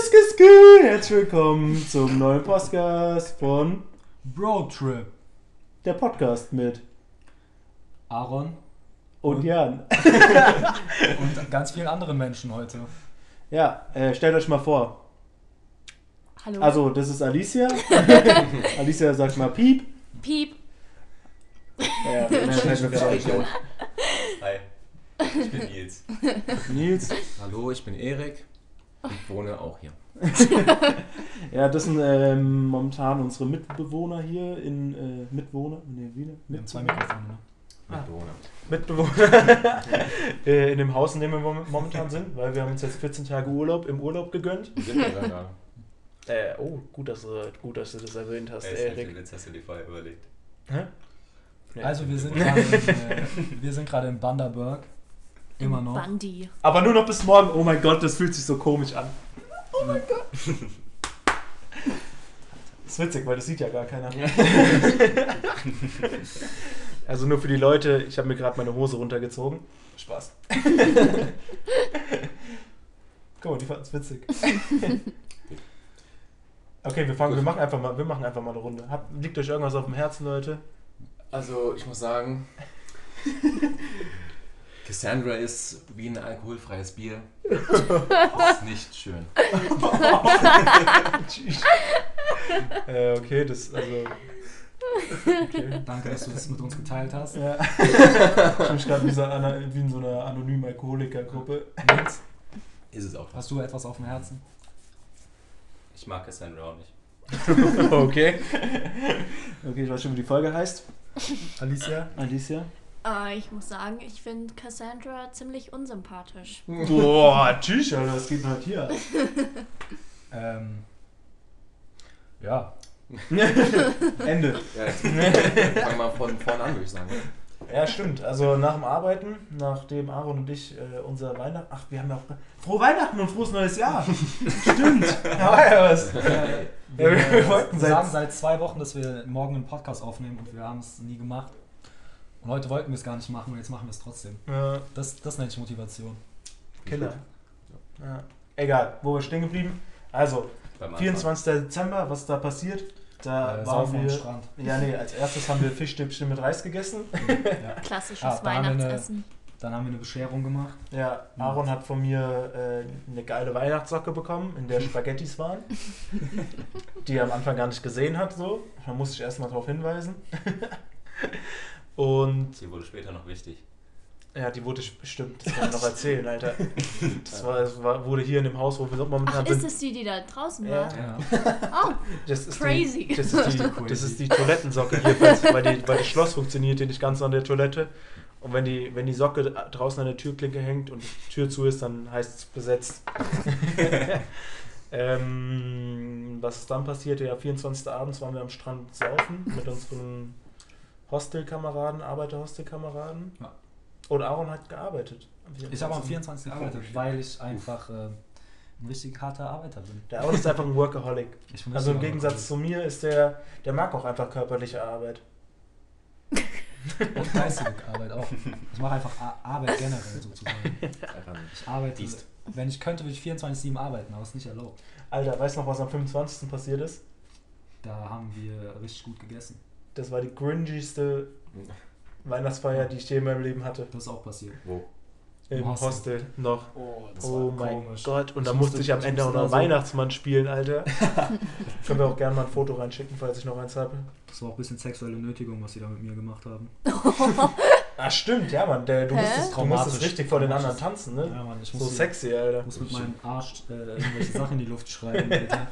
Skü, herzlich willkommen zum neuen Podcast von Road Trip. der Podcast mit Aaron und Jan. und ganz viele andere Menschen heute. Ja, äh, stellt euch mal vor. Hallo. Also, das ist Alicia. Alicia sagt mal Piep. Piep. Ja, dann schneiden wir Sorry, vielleicht Joe. raus. Hi, ich bin Nils. Nils. Hallo, ich bin Erik und wohne auch hier. Ja, das sind ähm, momentan unsere Mitbewohner hier in äh, Mitwohner, nee, wie ne? Wir haben zwei Mitbewohner. Mikrofone. ne? Mit Wohne. Mitbewohner äh, in dem Haus, in dem wir mom- momentan sind, weil wir haben uns jetzt 14 Tage Urlaub im Urlaub gegönnt. Wir sind ja da. Äh, oh, gut dass, du, gut, dass du das erwähnt hast, Ey, ist Erik. Jetzt hast du dir vorher überlegt. Hä? Nee. Also wir sind gerade in, äh, wir sind gerade in Bundaberg. Immer noch. Bandi. Aber nur noch bis morgen. Oh mein Gott, das fühlt sich so komisch an. oh mein Gott. Ist witzig, weil das sieht ja gar keiner. also nur für die Leute, ich habe mir gerade meine Hose runtergezogen. Spaß. Guck mal, die fanden es witzig. Okay, wir, fangen, wir, machen einfach mal, wir machen einfach mal eine Runde. Hab, liegt euch irgendwas auf dem Herzen, Leute? Also, ich muss sagen, Cassandra ist wie ein alkoholfreies Bier. ist nicht schön. Äh, okay, das, also. Okay. Danke, dass du das mit uns geteilt hast. Ja. ich bin gerade wie, so einer- wie in so einer anonymen Alkoholikergruppe. Nils, Ist es auch. hast du etwas auf dem Herzen? Ich mag Cassandra auch nicht. Okay. Okay, ich weiß schon, wie die Folge heißt. Alicia? Alicia. Äh, ich muss sagen, ich finde Cassandra ziemlich unsympathisch. Boah, tschüss, Alter, was geht denn halt hier? Ähm, ja. Ende. Ja, jetzt fang mal von vorne an, würde ich sagen. oder? Ja, stimmt. Also nach dem Arbeiten, nachdem Aaron und ich äh, unser Weihnachten. Ach, wir haben ja auch. Frohe Weihnachten und frohes neues Jahr! stimmt! Da war ja was. Äh, Ja, wir- wir wollten seit- sagen seit zwei Wochen, dass wir morgen einen Podcast aufnehmen und wir haben es nie gemacht. Und heute wollten wir es gar nicht machen und jetzt machen wir es trotzdem. Äh, Das, das nenne ich Motivation. Killer. Ja. Egal, wo wir stehen geblieben. Also, Beim Anfang. 24. Dezember, was da passiert? Da waren Äh, Saufen am wir. Strand. Ja, nee, als erstes haben wir Fischstäbchen mit Reis gegessen. Ja. Klassisches Ah, da haben wir eine- Weihnachtsessen. Dann haben wir eine Bescherung gemacht. Ja, Aaron hat von mir äh, eine geile Weihnachtssocke bekommen, in der Spaghettis waren, die er am Anfang gar nicht gesehen hat. So, da musste ich erstmal darauf hinweisen. Und Die wurde später noch wichtig. ja, die wurde sch- stimmt, das kann ich noch erzählen, Alter. Das, war, das war, wurde hier in dem Haus, wo wir momentan Ach, ist sind. es die, die da draußen Ja. war? Ja. Oh, Das ist crazy. Die, das, ist die, Crazy. das ist die Toilettensocke hier, falls- weil, die, weil das Schloss funktioniert hier nicht ganz an der Toilette. Und wenn die, wenn die Socke draußen an der Türklinke hängt und die Tür zu ist, dann heißt es besetzt. ähm, was ist dann passierte, ja, 24. abends waren wir am Strand saufen mit unseren Hostelkameraden, Arbeiterhostelkameraden. Ja. Und Aaron hat gearbeitet. Ich habe am 24. gearbeitet, weil ich einfach äh, ein richtig harter Arbeiter bin. Der Aaron ist einfach ein Workaholic. Ich bin Also im richtig Gegensatz zu mir ist der, der mag auch einfach körperliche Arbeit. arbeitslos. Und geistige Arbeit auch. Ich mache einfach Ar- Arbeit generell sozusagen. Einfach nicht. Ich arbeite. Dienst. Wenn ich könnte, würde ich 24-7 arbeiten, aber es ist nicht erlaubt. Alter, weißt du noch, was am 25. passiert ist? Da haben wir richtig gut gegessen. Das war die gringigste Weihnachtsfeier, die ich je in meinem Leben hatte. Das ist auch passiert. Wo? Im Hostel. Hostel noch. Oh, Oh mein Gott, und Ich da musste musste- ich am ich Ende auch musste noch da so- Weihnachtsmann spielen, Alter. Können wir auch gerne mal ein Foto reinschicken, falls ich noch eins habe. Das war auch ein bisschen sexuelle Nötigung, was sie da mit mir gemacht haben. Ah, stimmt, ja, Mann. Der, du, Hä? musstest, du musstest Traumatisch. richtig vor den anderen tanzen, ne? Ja, Mann, ich muss, so sexy, Alter. muss mit meinem Arsch äh, irgendwelche Sachen in die Luft schreiben, Alter.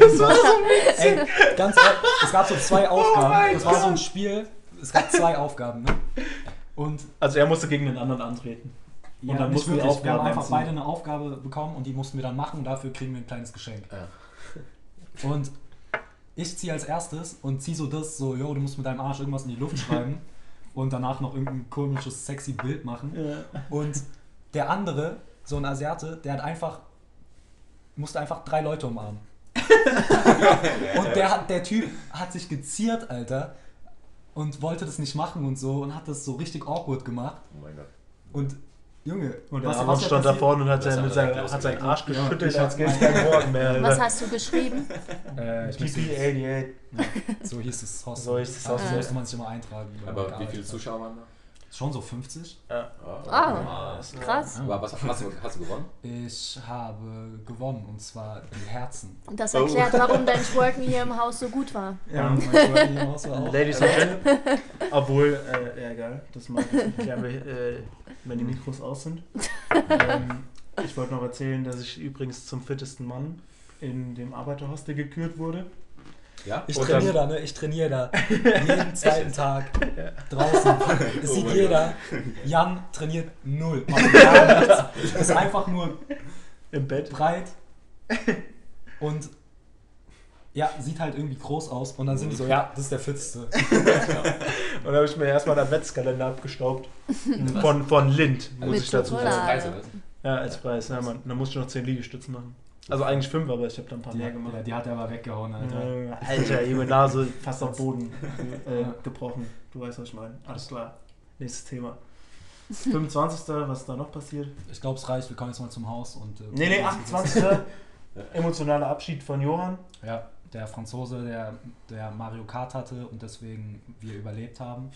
war irgendwann- so Ey, ganz ehrlich, es gab so zwei Aufgaben. mein das war so ein Gott. Spiel. Es gab zwei Aufgaben, ne? Und, Also er musste gegen den anderen antreten. Und ja, dann nicht mussten wir wirklich. Aufgaben Wir haben einfach einziehen. beide eine Aufgabe bekommen und die mussten wir dann machen. und Dafür kriegen wir ein kleines Geschenk. Ja. Und ich ziehe als erstes und ziehe so das, so, yo, du musst mit deinem Arsch irgendwas in die Luft schreiben und danach noch irgendein komisches, sexy Bild machen. Ja. Und der andere, so ein Asiate, der hat einfach, musste einfach drei Leute umarmen. und der, hat, der Typ hat sich geziert, Alter, und wollte das nicht machen und so und hat das so richtig awkward gemacht. Oh mein Gott. Und Junge, Und was- der Aaron was stand da passiert? vorne und hat, Was seinen- mit hat er seinem, da hat seinen losgelassen? Arsch Ja, geschüttelt, ich als hab- gäbe es keinen Morgen mehr. Was hast du geschrieben? Äh, ich muss jetzt- PP88. So hieß das Host. So hieß das Also Hostel. musste man sich immer eintragen. wenn man Aber wie gearbeitet viele hat. Zuschauer waren da? Schon so 50. Ah. Krass. Aber was hast du, hast du gewonnen? Ich habe gewonnen und zwar die Herzen. Und das Oh. erklärt, warum dein Twerken hier im Haus so gut war. Ja. Und Oh mein Kollege Maus war auch. Ladies and Gentlemen. Obwohl, äh, ja egal, das mag ich nicht, ja, wir, äh, wenn die Mikros aus sind. ähm, ich wollte noch erzählen, dass ich übrigens zum fittesten Mann in dem Arbeiterhostel gekürt wurde. Ja? Ich Und trainiere da, dann- ne? Ich trainiere da. Jeden zweiten Tag draußen. Es Oh sieht mein jeder, Jan trainiert null. Macht gar nichts. Ist einfach nur Im Bett. breit und ja, sieht halt irgendwie groß aus. Und dann sind die so, ja, das ist der fitteste. Und da habe ich mir erstmal den Adventskalender abgestaubt. Von, von Lind, muss Mit ich dazu Schokolade. sagen. Preise, was? Ja, als Preis. Ja, Mann. Dann musste ich noch 10 Liegestützen machen. Also eigentlich 5, aber ich habe da ein paar Die, mehr ja, gemacht. die hat er aber weggehauen, Alter. Äh, Alter, junge Nase fast am Boden äh, gebrochen. Du weißt, was ich meine. Alles klar. Nächstes Thema. 25. Was ist da noch passiert? Ich glaube, es reicht. Wir kommen jetzt mal zum Haus und. Äh, Nee, nee, 28. Emotionaler Abschied von Johann. Ja, der Franzose, der, der Mario Kart hatte und deswegen wir überlebt haben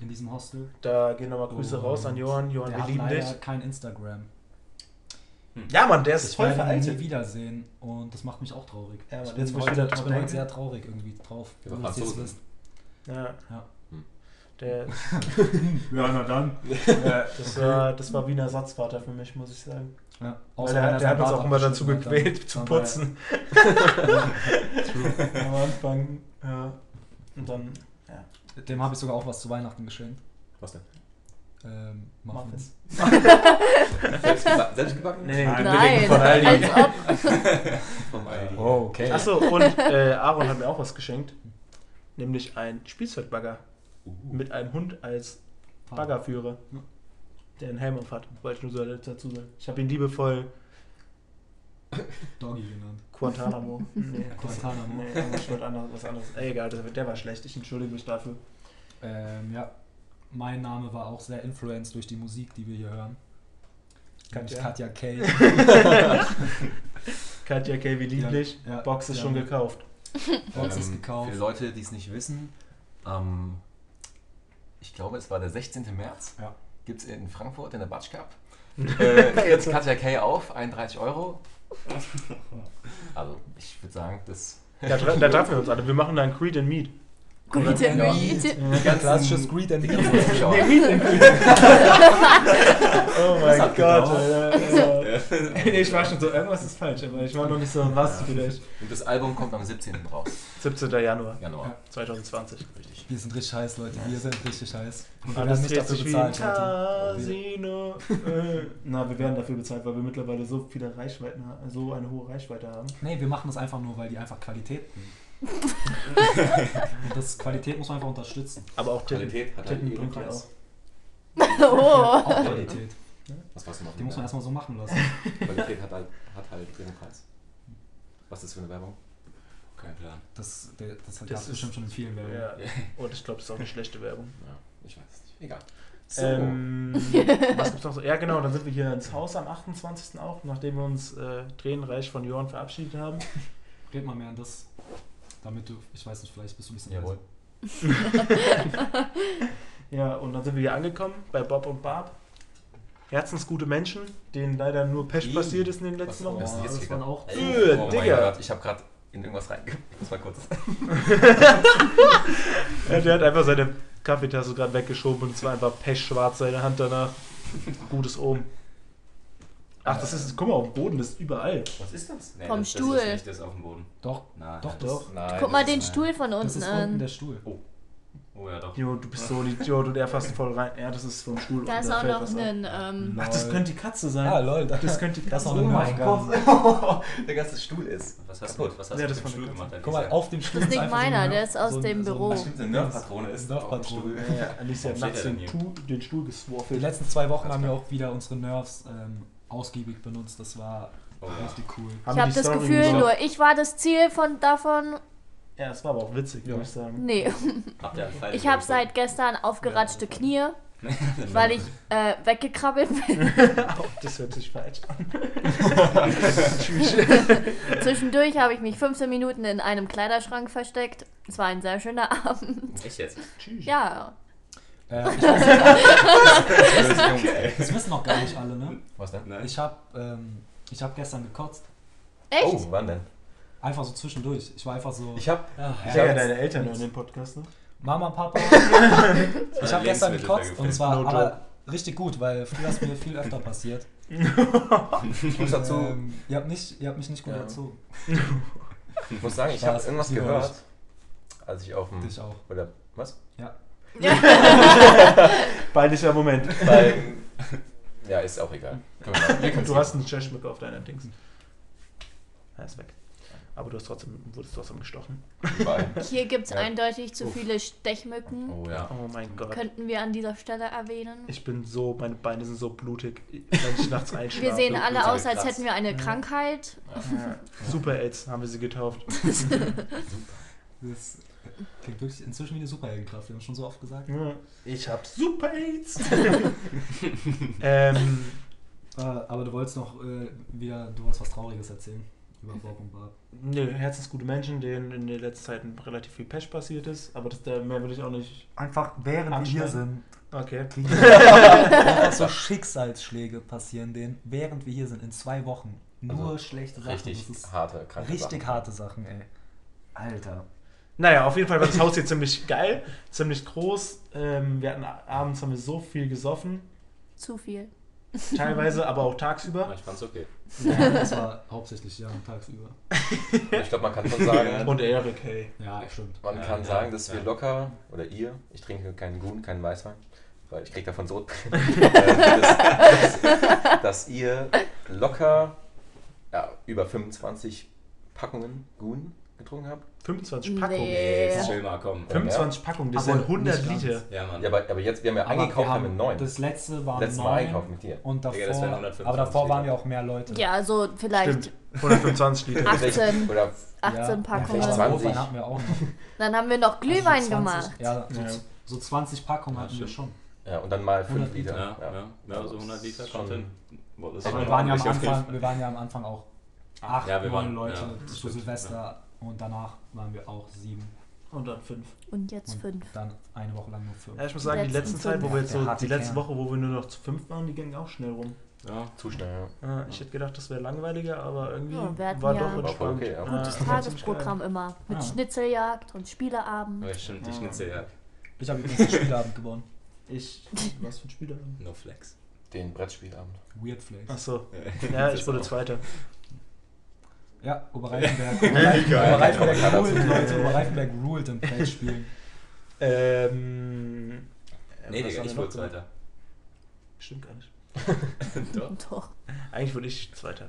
in diesem Hostel. Da gehen nochmal Grüße Und raus an Johann. Johann, Oh. der wir hat lieben leider dich. kein Instagram. Hm. Ja, Mann, der ist Ich voll werde ihn nie veraltet. wiedersehen und das macht mich auch traurig. Ja, ich aber bin, jetzt, wo ich heute, wieder ich dran bin heute denke. sehr traurig irgendwie drauf. Ja, du wirst jetzt Franzosen. wissen. Ja. Ja. Hm. Der, ja, na dann. das, war, das war wie ein Ersatzvater für mich, muss ich sagen. Ja, Weil der, der hat uns auch immer dazu ne, gequält, zu putzen. Am Anfang, ja. Und dann Dem habe ich sogar auch was zu Weihnachten geschenkt. Was denn? Ähm, Muffins. Selbst geba- selbst gebacken? Nee, nee, Nein, von Aldi. als ob. Vom Aldi. Oh, okay. Achso, und äh, Aaron hat mir auch was geschenkt. Nämlich ein Spielzeugbagger Uh. mit einem Hund als Baggerführer, der einen Helm auf hat. Wollte ich nur so dazu sagen. Ich habe ihn liebevoll Doggy genannt. Guantanamo. Nee, Guantanamo. nee aber ich wollte anders, was anderes. Ey, egal, der, der war schlecht. Ich entschuldige mich dafür. Ähm, ja, mein Name war auch sehr influenced durch die Musik, die wir hier hören. Nämlich Katja Kay. Katja K. wie lieblich. Ja, ja, Box ist ja. schon gekauft. Box ist Ähm, gekauft. Für Leute, die es nicht wissen, am, ich glaube, es war der 16. März, Ja. gibt es in Frankfurt in der Batsch Cup. äh, jetzt Katja K. auf, 31 Euro. Also, ich würde sagen, das Da, tre- da treffen wir uns alle. Wir machen dann Creed and Meat. Greet and Ja. meet. ganzen- Klassisches Greed and die Meat. ganzen Zuschauer. Oh Das mein hat Gott. genau- Alter. nee, ich war schon so, irgendwas ist falsch, aber ich war noch nicht so, was vielleicht. Und das Album kommt am 17. raus, 17. Januar Januar. 2020. Richtig. Wir sind richtig heiß, Leute. Wir sind richtig heiß. Und wir Alles werden nicht dreht dafür sich wie ein bezahlt, Leute. Casino. Äh, Na, wir werden dafür bezahlt, weil wir mittlerweile so viele Reichweiten, ha- so eine hohe Reichweite haben. Nee, wir machen das einfach nur, weil die einfach Qualität bringen. Und das Qualität muss man einfach unterstützen. Aber auch Titten. Qualität hat halt Titten ihren bringt ja auch. Preis. Oh. Auch Qualität. Was warst du noch? Die muss man erstmal so machen lassen. Qualität hat halt, hat halt ihren Preis. Was ist das für eine Werbung? Kein Plan. Das, der- das hat Das das ist- bestimmt schon in vielen Werbungen. Ja. Und ich glaube, es ist auch eine schlechte Werbung. Ja, ich weiß es nicht. Egal. Ähm, was gibt's noch so? Ja, genau, dann sind wir hier ins Haus am 28. auch, nachdem wir uns äh, tränenreich von Johann verabschiedet haben. Red mal mehr an das, damit du, ich weiß nicht, vielleicht bist du ein bisschen Jawohl. leiser. Ja, und dann sind wir hier angekommen bei Bob und Barb. Herzensgute Menschen, denen leider nur Pech Ih, passiert ist in den letzten was- Wochen. was ist Oh, jetzt das hier waren grad- auch- Äh, oh mein Digga. Gott, ich habe gerade in irgendwas reinge... Ich muss mal kurz. Ja, Äh, der hat einfach seine Kaffeetasse gerade weggeschoben und es war einfach pechschwarz seine Hand danach. Gutes Oben. Ach, das ist, guck mal, auf dem Boden das ist überall. Was ist das? Nee, Vom das, Stuhl. Das ist nicht das auf dem Boden. Doch, Nein. Doch, das, doch. Nein, Guck mal das den ist- Stuhl von das unten ist unten der an. Stuhl. Oh ja, doch. Jo, du bist so ein Idiot und er fasst voll rein. Ja, das ist vom Stuhl. Da unten, ist da auch fällt noch was ab. ein. Ähm, Ach, das könnte die Katze sein. Ah, lol, das, Das könnte die das ist Katze noch Oh eine Nerf Gun. der ganze Stuhl ist. Was hast du, was hast Ja, du das mit dem war Stuhl eine gemacht? Guck mal, auf dem Stuhl Das ist nicht einfach meiner, eine- der ist aus dem Büro. ein- Ach, Stimmt, eine Nerfpatrone ist. auf dem Nerfpatrone. Stuhl. Ja, Alicia hat Warum nachts steht er den, denn Tu- den Stuhl Die geswaffelt. letzten zwei Wochen haben wir auch wieder unsere Nerves ähm, ausgiebig benutzt. Das war Oh, ja. richtig cool. Haben ich wir habe die das Story Gefühl, gemacht? nur ich war das Ziel von davon. Ja, es war aber auch witzig, Ja. muss ich sagen. Nee, Habt ihr einen Pfeil ich habe geworfen? seit gestern aufgeratschte Knie. weil ich äh, weggekrabbelt bin. das hört sich falsch an. Zwischendurch habe ich mich 15 Minuten in einem Kleiderschrank versteckt. Es war ein sehr schöner Abend. Echt jetzt? Ja, Äh, ich weiß, Okay. das wissen noch gar nicht alle, ne? Was denn? Nein. Ich habe ähm, ich hab gestern gekotzt. echt? Oh, wann denn? Einfach so zwischendurch. Ich war einfach so. Ich hab. Ah, Ich habe Ja, ja jetzt- deine Eltern hören den Podcast ne? noch. Mama, Papa. ich habe gestern Lebensmittel gekotzt und vergiftet. zwar No aber richtig gut, weil früher ist mir viel öfter passiert. Ich muss dazu. Ähm, ihr, habt nicht, ihr habt mich nicht gut Ja. erzogen. ich muss sagen, ich Spaß, habe irgendwas ich liebe gehört, als ich auf dem. Dich auch. Oder was? Baldiger Moment. Weil. ja, ist auch egal. Wir können- Du hast einen Cheshmücke auf deiner Dings. Er ist weg. Aber du hast trotzdem, wurdest trotzdem gestochen. Überall. Hier gibt es Ja. eindeutig zu Uff. viele Stechmücken. Oh ja. Oh mein Gott. Könnten wir an dieser Stelle erwähnen. Ich bin so, meine Beine sind so blutig, wenn ich nachts einschlafe. Wir sehen alle Blut- aus, als Krass. hätten wir eine Mhm. Krankheit. Ja. Super AIDS haben wir sie getauft. Das klingt wirklich inzwischen wie eine Superheldenkraft, wir haben es schon so oft gesagt. Ich hab Super AIDS. ähm, Äh, aber du wolltest noch äh, wieder, du wolltest was Trauriges erzählen über Bob und Barb. nö, herzensgute Menschen, denen in den letzten Zeiten relativ viel Pech passiert ist. Aber das, da mehr will ich auch nicht. Einfach während wir hier sind, Okay. kriegen einfach so Schicksalsschläge passieren denen, während wir hier sind, in zwei Wochen. Nur Also, schlechte Sachen. Richtig das ist harte Krankheit. richtig harte Sachen, ey. Alter. Naja, auf jeden Fall war das Haus hier ziemlich geil, ziemlich groß. Ähm, wir hatten abends haben wir so viel gesoffen, Zu viel. teilweise, aber auch tagsüber. Ich fand's okay. Das war hauptsächlich ja tagsüber. Ich glaube, man kann schon sagen, Und Erik, hey. Ja, stimmt. man Ja, kann ja, sagen, dass ja. wir locker, oder ihr, ich trinke keinen Grün, keinen Weißwein, weil ich krieg davon so, dass, dass ihr locker ja, über 25 Packungen Grün getrunken habt. 25 Packungen. Nee. Jetzt chill mal, komm. 25 Packungen, das Aber sind 100 nicht ganz. Liter. Ja, Mann. Ja, aber, aber jetzt, wir haben ja Aber eingekauft, wir haben wir neun. Das letzte war Letztes Mal neun eingekauft mit dir. Und davor, Digga, das wären 125 aber davor waren Liter. wir auch mehr Leute. Ja, so vielleicht Stimmt. 125 Liter. Ach. 18. Oder 18 Packungen. vielleicht Ja, 20. Rotwein hatten wir auch noch. Dann haben wir noch Glühwein Also 20 gemacht. Ja, so, Ja. so 20 Packungen Ja, hatten wir stimmt. schon. ja, und dann mal 5 100 Liter. Also Ja, ja. ja. so 100 Liter Schon- kommt hin. Boah, das ist Aber schon wir waren, ja am ordentlich auf Anfang, jeden wir waren ja am Anfang auch Ach, acht, ja, wir neun waren- Leute ja, das zu stimmt, Silvester und danach waren wir auch sieben. Und dann 5. Und jetzt Und fünf. dann eine Woche lang nur fünf. Ja, ich muss sagen, die Letzten letzten Zeit, wo fünf. wir jetzt so, Der harte die letzte Kern. Woche, wo wir nur noch zu 5 waren, die gingen auch schnell rum. Fall. Ja. Zu schnell, ja. Ja, ich hätte gedacht, das wäre langweiliger, aber irgendwie Ja, wir hatten war ja- doch War voll entspannt. okay, Ja, ja. Gutes das war ziemlich Tagesprogramm immer. Mit Ja. Schnitzeljagd und Spieleabend. Ja, stimmt, die Schnitzeljagd. Ich habe übrigens den Spielabend gewonnen. geil. Ich, was für ein Spieler? No Flex. Den Brettspielabend. Weird Flex. Achso, ja, ich wurde Zweiter. Ja, Oberreifenberg. Oberreifenberg Geil. ruled, Leute. Oberreifenberg ruled im Brettspielen. Ähm, äh, Nee, was Digga, haben wir ich noch wurde gemacht? Zweiter. Stimmt gar nicht. Doch. Doch. Eigentlich wurde ich Zweiter.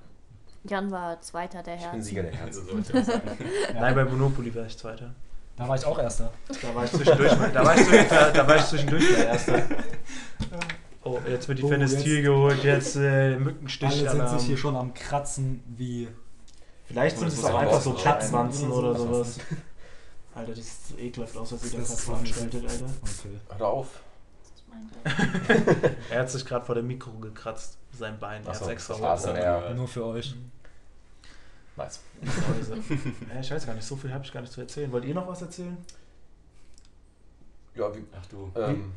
Jan war Zweiter der Ich bin Herzen. Sieger der Herzen. Also so wollte ich das sagen. Ja, Nein, bei Monopoly war ich Zweiter. da war ich auch Erster. Da war ich zwischendurch mal, da war ich, zwisch- da, da war ich zwischendurch mal Erster. Oh, jetzt wird die Oh, Fennis jetzt- Tier geholt, jetzt äh, Mückenstich. Alle sind sich hier Alarm. schon am Kratzen wie Vielleicht sind Das es muss auch man einfach so rausnehmen. Platzwanzen oder Oder sowas. sowas. Alter, das ist so ekelhaft aus, als ihr Das das ist gerade veranstaltet, Alter. Okay. Hör doch auf. Er hat sich gerade vor dem Mikro gekratzt, sein Bein. Er Ach hat so, es extra das war's hoch. dann, ja. Nur für euch. Nice. Ja, ich weiß gar nicht, so viel habe ich gar nicht zu erzählen. Wollt ihr noch was erzählen? Ja, wie, Ach du. ähm,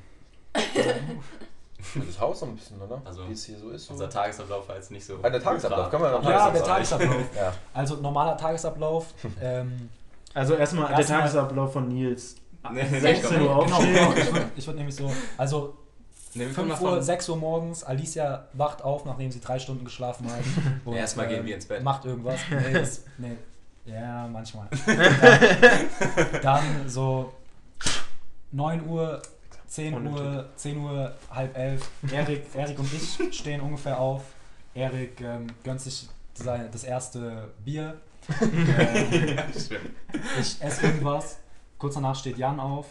das Haus so ein bisschen, oder? Also, wie es hier so ist. So. Unser Tagesablauf war jetzt nicht so. Ah, der Tagesablauf, ultra- können wir noch Ja, Ja, Tagesablauf. der Tagesablauf. Ja. Also normaler Tagesablauf. Ähm, Also erstmal der Erstmal- Tagesablauf von Nils. Nee, nee, 16 Uhr komm. genau, aufstehen. ich würde würd nämlich so, also Nee, wir können 5 mal Uhr, von- 6 Uhr morgens, Alicia wacht auf, nachdem sie drei Stunden geschlafen hat. und, Erstmal gehen ähm, wir ins Bett. Macht irgendwas. Nee, das, nee. Ja, manchmal. dann, dann so 9 Uhr, 10 Uhr, 10 Uhr, halb elf. Erik, Erik und ich stehen ungefähr auf. Erik ähm, gönnt sich sein, das erste Bier. Ähm, Ja, stimmt. ich esse irgendwas. Kurz danach steht Jan auf,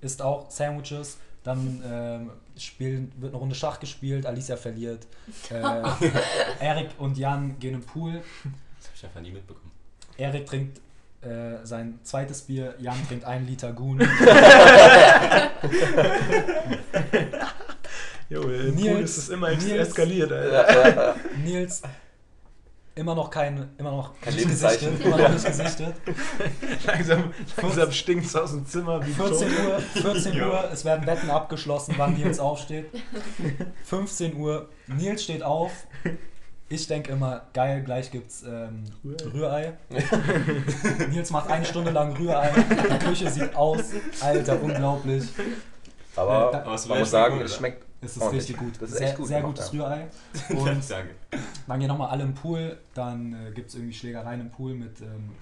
isst auch Sandwiches. Dann ähm, spielen, wird eine Runde Schach gespielt, Alicia verliert. Äh, Erik und Jan gehen im Pool. Das hab ich einfach nie mitbekommen. Erik trinkt äh, sein zweites Bier, Jan trinkt einen Liter Goon. Jo, im Nils- Pool ist es immer ex- Nils- eskaliert, Alter. Ja, Nils, immer noch kein, immer noch Kein nicht Lebenszeichen. gesichtet. Immer noch nicht gesichtet. Langsam, langsam stinkt es aus dem Zimmer wie 14 tot. Uhr, 14 Ja. Uhr, es werden Wetten abgeschlossen, wann Nils aufsteht. 15 Uhr, Nils steht auf. Ich denke immer, geil, gleich gibt's ähm, Rührei. Nils macht eine Stunde lang Rührei. Die Küche sieht aus. Alter, unglaublich. Aber Aber es man schmeckt muss sagen, gut, es oder? schmeckt. Es ist ordentlich. richtig gut. Das ist sehr, echt gut Sehr gemacht, gutes ja. Rührei. Und Und Danke. dann gehen nochmal alle im Pool. Dann äh, gibt's irgendwie Schlägereien im Pool mit, ähm,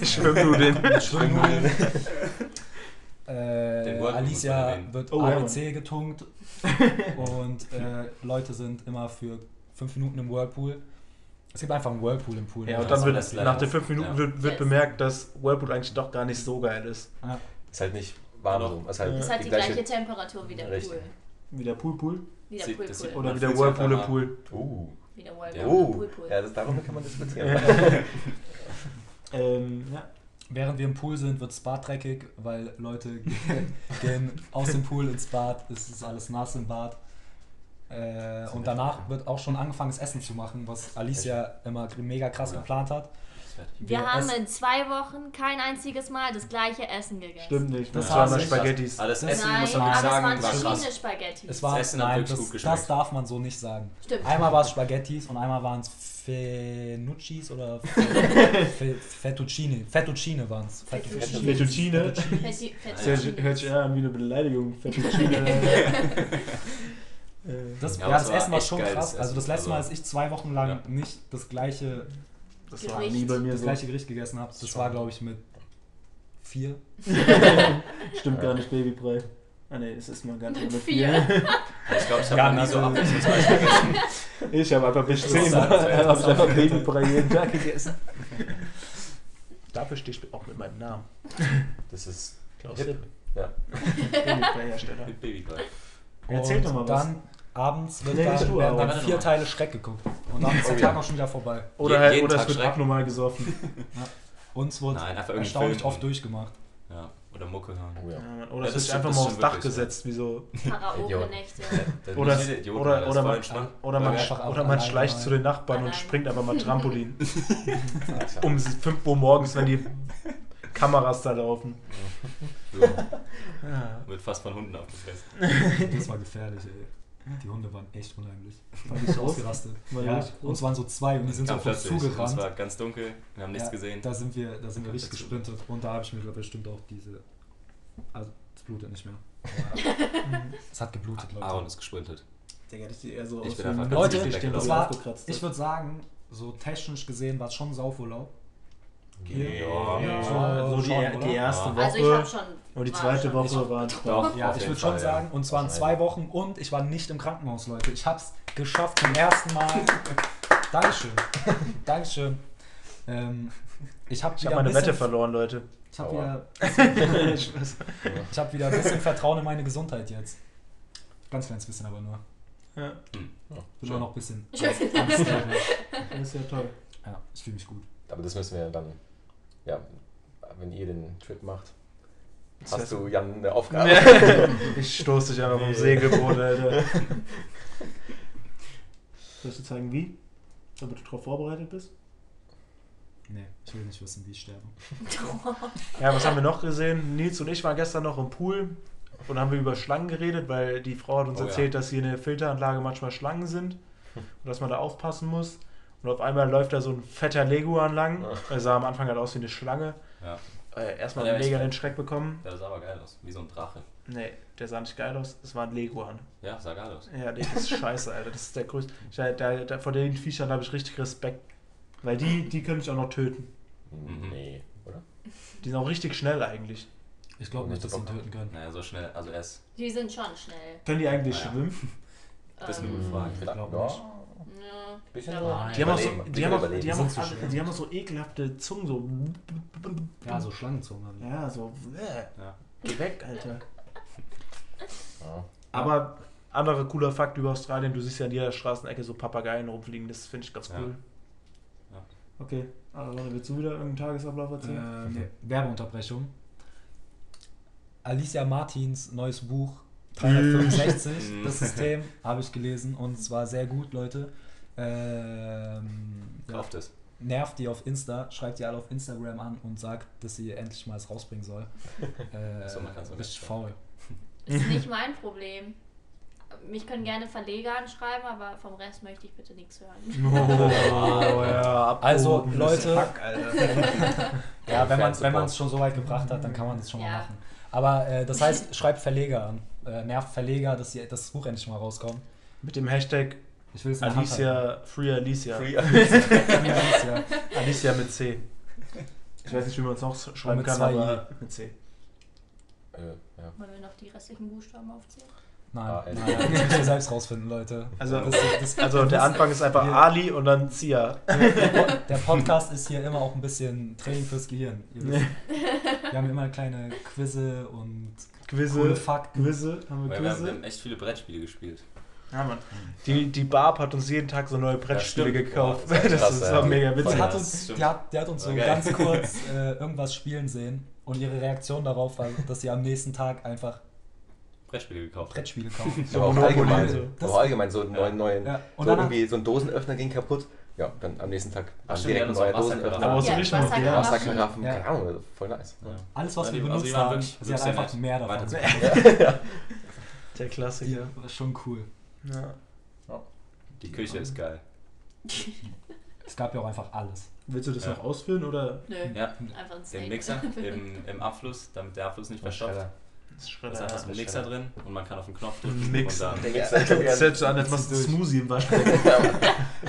äh, Schwimmnudeln. mit Schwimmnudeln. Äh, Den wollten wir uns Alicia mal wird Oh, ja, ADC getunkt und äh, Leute sind immer für fünf Minuten im Whirlpool. Es gibt einfach einen Whirlpool im Pool. ne? Ja, Ja, und dann so wird das nach den leider. 5 Minuten Ja. wird, wird Yes. bemerkt, dass Whirlpool eigentlich doch gar nicht so geil ist. Ist halt nicht warm Ja. so. Ist halt Ja. Es hat die gleiche Temperatur wie der Richtig. Pool. Wie der Pool-Pool Wie der Sie- das sieht Pool-Pool. oder Man wie der fühlt's halt Whirlpool im danach. Pool. Oh. Wie der Whirlpool. Uh, Ja. Oh. Pool-Pool. Ja, das, darüber kann man diskutieren. Ähm, ja. Während wir im Pool sind, wird es Bad dreckig, weil Leute gehen aus dem Pool ins Bad, es ist alles nass im Bad. Äh, und danach wird auch schon angefangen, das Essen zu machen, was Alicia immer mega krass Ja. geplant hat. Wir haben essen- in zwei Wochen kein einziges Mal das gleiche Essen gegessen. Stimmt nicht. Das Das waren hasse mal ich. Spaghettis. Aber das Nein, Essen, Nein, muss man aber wirklich sagen, es war waren krass. verschiedene Spaghetti. Es war, Essen hat nein, wirklich das, gut geschmeckt. das darf man so nicht sagen. Stimmt. Einmal war es Spaghettis und einmal waren es Fenuccis oder Fe- Fettuccine. Fettuccine waren es. Fettuccine. Fettuccine. Fetti- Das hört sich- hört sich eher an wie eine Beleidigung. Fettuccine. Äh, Das, Ja, ja, aber das es war Essen war echt schon geiles krass. Also das Essen. letzte Mal, als Also- ich zwei Wochen lang Ja. nicht das gleiche, das war Gericht. nie bei mir das so. gleiche Gericht gegessen habe, das war glaube ich mit vier. Stimmt gar nicht, Babybrei. Ah ne, es ist mal ganz Mit ohne vier. vier. Ich glaube, ich Ja, habe noch nie so also- abwechslungsreich gegessen. Ich habe einfach bis Das zehn ist Mal alles, hab Also, ich das ist einfach alles. Babybrei jeden Tag gegessen. Dafür stehe ich auch mit meinem Namen. Das ist. Klaus Hip. Hipp. Ja. Babybrei-Hersteller. Mit Babybrei. Erzähl doch mal was. dann abends wird Nee, dann, nicht du, werden aber- dann vier Teile Schreck geguckt. Und dann ist der Oh, Tag ja. auch schon wieder vorbei. Oder, Je- halt, jeden oder es Tag wird Schreck. abnormal gesoffen. Uns wurde Nein, einfach irgendwie erstaunlich Film. oft durchgemacht. Ja, oder Mucke hören. Oh, Ja, ja. Mann. Ja, Oder es wird das stimmt, einfach das mal aufs stimmt Dach wirklich, ja. gesetzt, wie so. Karaoke-Nächte. Da Oder- sind diese Idioten, oder- das ist oder voll man- entspannt. Oder Oder man, einfach oder man alleine schleicht mal. zu den Nachbarn und Allein. springt einfach mal Trampolin. um 5 Uhr morgens, wenn die Kameras da laufen. Ja, Ja. wird fast von Hunden aufgefressen. Das war gefährlich, ey. Die Hunde waren echt unheimlich. War die groß? ausgerastet. War die Ja, richtig groß? uns waren so zwei und die sind so Kam auf uns plötzlich. Es zugerannt. war ganz dunkel, wir haben nichts Ja, gesehen. Da sind wir, da sind wir Kam richtig plötzlich. gesprintet und da habe ich mir glaub, bestimmt auch diese. Also, es blutet nicht mehr. es hat geblutet, Leute. Aaron ist gesprintet. Digga, das sieht eher so Ich aus bin wie einfach ein- ganz Leute, richtig den das Leuten war- aufgekratzt Ich hat. würde sagen, so technisch gesehen war es schon ein Saufurlaub. Ja. Ja, Schon- so die, also schon, oder? die erste Ja. Woche Also ich habe schon. und die war zweite schon Woche nicht- war Doch, Ja, auf ich jeden würde schon Fall, ja. sagen, und zwar in zwei Wochen und ich war nicht im Krankenhaus, Leute. Ich hab's geschafft zum ersten Mal. Dankeschön. Dankeschön. Ähm, ich habe Ich wieder, habe ein meine Wette bisschen- verloren, Leute. ich hab Aua. wieder, Spaß. ich hab wieder ein bisschen Vertrauen in meine Gesundheit jetzt. Ganz kleines bisschen aber nur. ja, Bin Schön. nur noch ein bisschen. Schön. angstlevel. das ist ja toll. ja, ich fühle mich gut. Aber das müssen wir dann. Ja, wenn ihr den Trip macht, Das hast heißt- du Jan eine Aufgabe. ich stoße dich einfach vom Segelboot, Alter. Sollst du zeigen, wie? Damit du darauf vorbereitet bist? Nee, ich will nicht wissen, wie ich sterbe. Ja, was haben wir noch gesehen? Nils und ich waren gestern noch im Pool und haben wir über Schlangen geredet, weil die Frau hat uns Oh ja. erzählt, dass hier in der Filteranlage manchmal Schlangen sind und dass man da aufpassen muss. Und auf einmal läuft da so ein fetter Leguan lang. Er sah am Anfang halt aus wie eine Schlange. Oh. Ja, Äh, erstmal Ja, mega ich- den Schreck bekommen. der sah aber geil aus. Wie so ein Drache. Nee, der sah nicht geil aus. Es war ein Leguan. Ja, sah geil aus. Ja, nee, das ist scheiße, Alter. Das ist der größte. Ich, da, da, vor den Viechern habe ich richtig Respekt. Weil die, die können mich auch noch töten. Mhm. Nee, oder? Die sind auch richtig schnell eigentlich. Ich glaube nicht, dass sie ihn töten können. Naja, so schnell. Also er ist. Die sind schon schnell. Können die eigentlich Ah ja. schwimmen? Das ist eine Ähm, gute Frage. Ja, glaub ja, nicht. ja. bisschen Ja, so. aber- Die haben, auch so, Überleben. die, haben auch, Überleben. die, haben auch, Sind so alle- schwer. die haben auch so ekelhafte Zungen, so. Ja, so Schlangenzungen haben die. Ja, so. äh, Ja. Geh weg, Alter. Ja. Aber anderer cooler Fakt über Australien: Du siehst ja an jeder Straßenecke so Papageien rumfliegen, das finde ich ganz Ja. cool. Ja. Okay, Aaron, willst du wieder irgendeinen Tagesablauf erzählen? Äh, nee, Werbeunterbrechung. Alicia Martins neues Buch 365, das Mhm. System, habe ich gelesen und es war sehr gut, Leute. Äh, Ähm, ja, Kauft es. nervt die auf Insta, schreibt die alle auf Instagram an und sagt, dass sie endlich mal es rausbringen soll. Äh, Achso, man kann's auch richtig nicht. faul. Ist nicht mein Problem. Mich können gerne Verleger anschreiben, aber vom Rest möchte ich bitte nichts hören. Oh, ja, Also, abgehobenes Leute- Pack, Alter. Ja, wenn man es Fansupport. schon so weit gebracht hat, dann kann man das schon mal Ja. machen. Aber äh, das heißt, schreibt Verleger an. Äh, nervt Verleger, dass sie das Buch endlich mal rauskommt. Mit dem Hashtag Ich will es in der Hand halten. Alicia, Free Alicia. Free Ja, Alicia. Alicia mit C. Ich weiß nicht, wie man es noch schreiben mit kann, zwei aber mit C. Äh, ja. Wollen wir noch die restlichen Buchstaben aufzählen? Ah, Nein, ey. nein, das müsst ihr selbst rausfinden, Leute. Also, das, das, Also der Anfang ist einfach Wir- Ali und dann Zia. der Podcast ist hier immer auch ein bisschen Training fürs Gehirn. Ihr wisst, wir haben immer kleine Quizze und coole Quizze, Fakten. Quizze, haben wir Weil Wir haben, wir Quizze. haben echt viele Brettspiele gespielt. Ja, Mann. Die, die Barb hat uns jeden Tag so neue Brettspiele stimmt. gekauft. Boah, das das ist krass, ist war ja. mega Die witzig. Voll. hat, das uns, stimmt. die, hat, die hat uns so Okay. ganz kurz äh, irgendwas spielen sehen und ihre Reaktion darauf war, dass sie am nächsten Tag einfach Brettspiele gekauft. Brettspiele kaufen. So aber auch Monopoly allgemein, so. also Das- aber allgemein so einen neuen, neuen Ja, und so dann- irgendwie so ein Dosenöffner ging kaputt. Ja, dann am nächsten Tag Ach, stimmt, direkt ja, ein das war neuer Wasser- Aber Dosenöffner. aus dem Richtung, Wasser- ja. Wasserkaraffen, Ja. keine Ahnung, also voll nice. Ja. Alles, was Ja, wir die- also benutzt die waren haben, wirklich- sie hat wirklich einfach sehr mehr nett. davon. Weiter- Der Klassiker. Die war schon cool. Ja. Die Küche ist geil. Es gab ja auch einfach alles. Willst du das Ja. noch ausführen oder? Nö, Ja, einfach ein Steak. den Mixer im, im Abfluss, damit der Abfluss nicht verstopft. Da ist einfach so ein Mixer drin und man kann auf den Knopf drücken. Mixer. Und dann, Digga, Selbst so an, als machst du einen Durch. Smoothie im Waschbecken.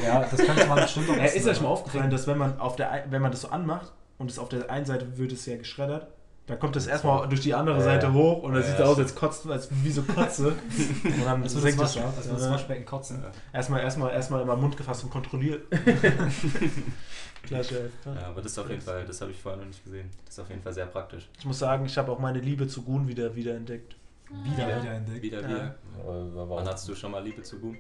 Ja, das könnte man bestimmt auch Äh, Ja, ist euch essen, mal oder? aufgefallen, dass wenn man, auf der, ein- wenn man das so anmacht und es auf der einen Seite wird es ja geschreddert, dann kommt das erstmal durch die andere Ja, Seite ja. hoch und dann Ja, sieht es ja, aus, als kotzt, als wie so Kotze. und dann Als würde senkt das, es Wasch, als würde das äh, Waschbecken kotzen. Erstmal, erstmal, erstmal in meinen Mund gefasst und kontrolliert. Klar, Chef. Ja, aber das ist auf jeden Fall, das habe ich vorher noch nicht gesehen. Das ist auf jeden Fall sehr praktisch. Ich muss sagen, ich habe auch meine Liebe zu Gun wieder, wieder entdeckt. Äh, Wieder, wieder entdeckt. Wieder, Ja. wieder. Äh, Wann Warum? hattest du schon mal Liebe zu Boom?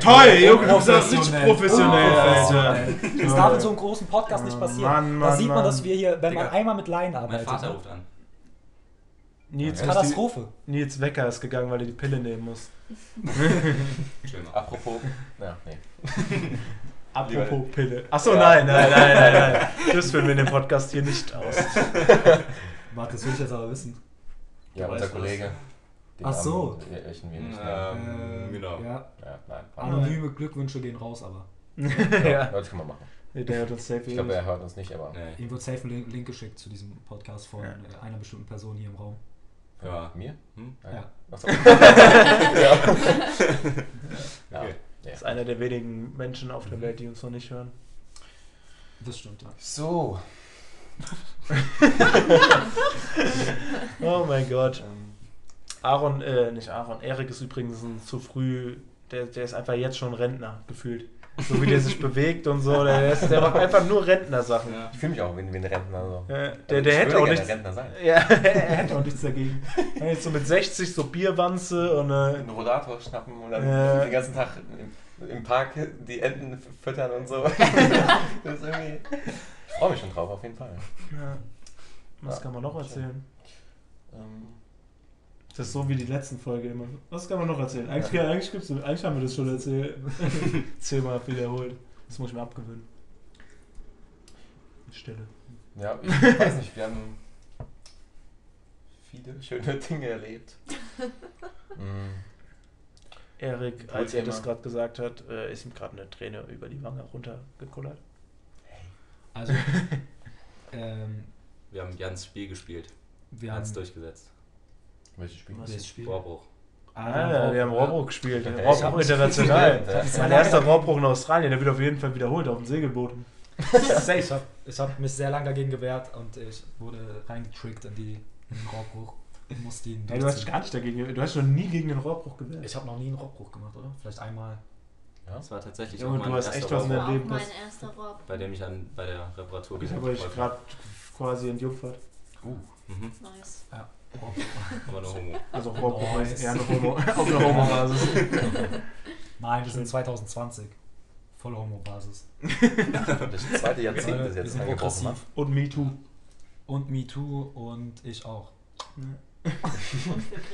Toll, Junge, du bist ja richtig professionell, Alter. Professionell. Das darf in so einem großen Podcast nicht passieren. Mann, da Mann, sieht man, Mann. dass wir hier, wenn man Digga. einmal mit Laien Mein arbeitet, Vater ne? ruft an. Nils, Ja. muss die, Katastrophe. Nils Wecker ist gegangen, weil er die Pille nehmen muss. Schön. mal. Apropos, ja, nee. Apropos Pille. Achso, Ja. nein, nein, nein, nein, nein. Das führen wir in dem Podcast hier nicht aus. Warte, das will ich jetzt aber wissen. Ja, Du unser weißt Kollege. den Ach Namen so. Löschen wir nicht. Ja. Ja, Ähm, genau. Äh, Ja, ja nein. Ah. anonyme Glückwünsche gehen raus, aber ja. Ja, das kann man machen. Nee, Der hört uns safe Ich glaube, eh er hört uns nicht, aber Nee. ihm wird safe ein Link, Link geschickt zu diesem Podcast von Ja. äh, einer bestimmten Person hier im Raum. Ja. mir? Hm? Nein. Ja. Achso. ja. ja. Okay. nicht. ist einer der wenigen Menschen auf Mhm. der Welt, die uns noch nicht hören. Das stimmt, ja. So. Oh mein Gott. Ähm, Aaron, äh, nicht Aaron, Erik ist übrigens ein zu früh, der, der ist einfach jetzt schon Rentner, gefühlt. So wie der sich bewegt und so, der, ist, der macht einfach nur Rentnersachen. Ja. ich fühle mich auch wie ein wie ein Rentner. Äh, So. Also der ich der hätte würde auch gerne nichts. Rentner sein. Ja, er hätte auch nichts dagegen. Wenn jetzt so mit 60 so Bierwanze und äh, Einen Rollator schnappen und dann Äh. den ganzen Tag im, im Park die Enten f- füttern und so. das ist irgendwie. Ich freue mich schon drauf, auf jeden Fall. ja. was Ja, kann man noch schön. erzählen? Ähm, Das ist so wie die letzten Folge immer. Was kann man noch erzählen? Eigentlich, eigentlich, gibt's, eigentlich haben wir das schon erzählt. Zehnmal wiederholt. Das muss ich mir abgewöhnen. Stille. ja, ich weiß nicht, wir haben viele schöne Dinge erlebt. Mhm. Erik, Gut, als er Thema. das gerade gesagt hat, äh, ist ihm gerade eine Träne über die Wange runtergekullert. Also, ähm, Wir haben Jans Spiel gespielt. wir Er haben Mhm. hat es durchgesetzt. Welches Spiel? Was? das Spiel. Vorbruch. Ah, Rohrbruch, wir haben ja. Rohrbruch gespielt. ne? Ja, ich hab- Rohrbruch international. Ja. Mein erster Rohrbruch in Australien, der wird auf jeden Fall wiederholt auf dem Segelboot. Safe. Ich habe ich hab mich sehr lange dagegen gewehrt und ich wurde reingetrickt in, die, in den Rockhruch und musste ihn Ey, du hast dich durchziehen. gar nicht dagegen. Du hast noch nie gegen den Rohrbruch gewählt. Ich habe noch nie einen Rockhruch gemacht, oder? Vielleicht einmal. Ja? Das war tatsächlich Junge, auch du mein hast erster echt was in der- Rohrbruch, War auch Erleben mein das- erster Rob. bei dem ich an, bei der Reparatur Mhm, Ich gedacht habe euch wurde. gerade quasi entjungfert. Mhm. Nice. Aber nur Homo. Also Rohrbruch Nice. ist eher eine Homo, auf einer Homo-Basis. Nein, wir sind 2020. Voll Homo-Basis. Das zweite Jahrzehnt Leute, ist wir jetzt sind angebrochen. ne? progressiv. Und MeToo. Und MeToo und ich auch. Und für Greta.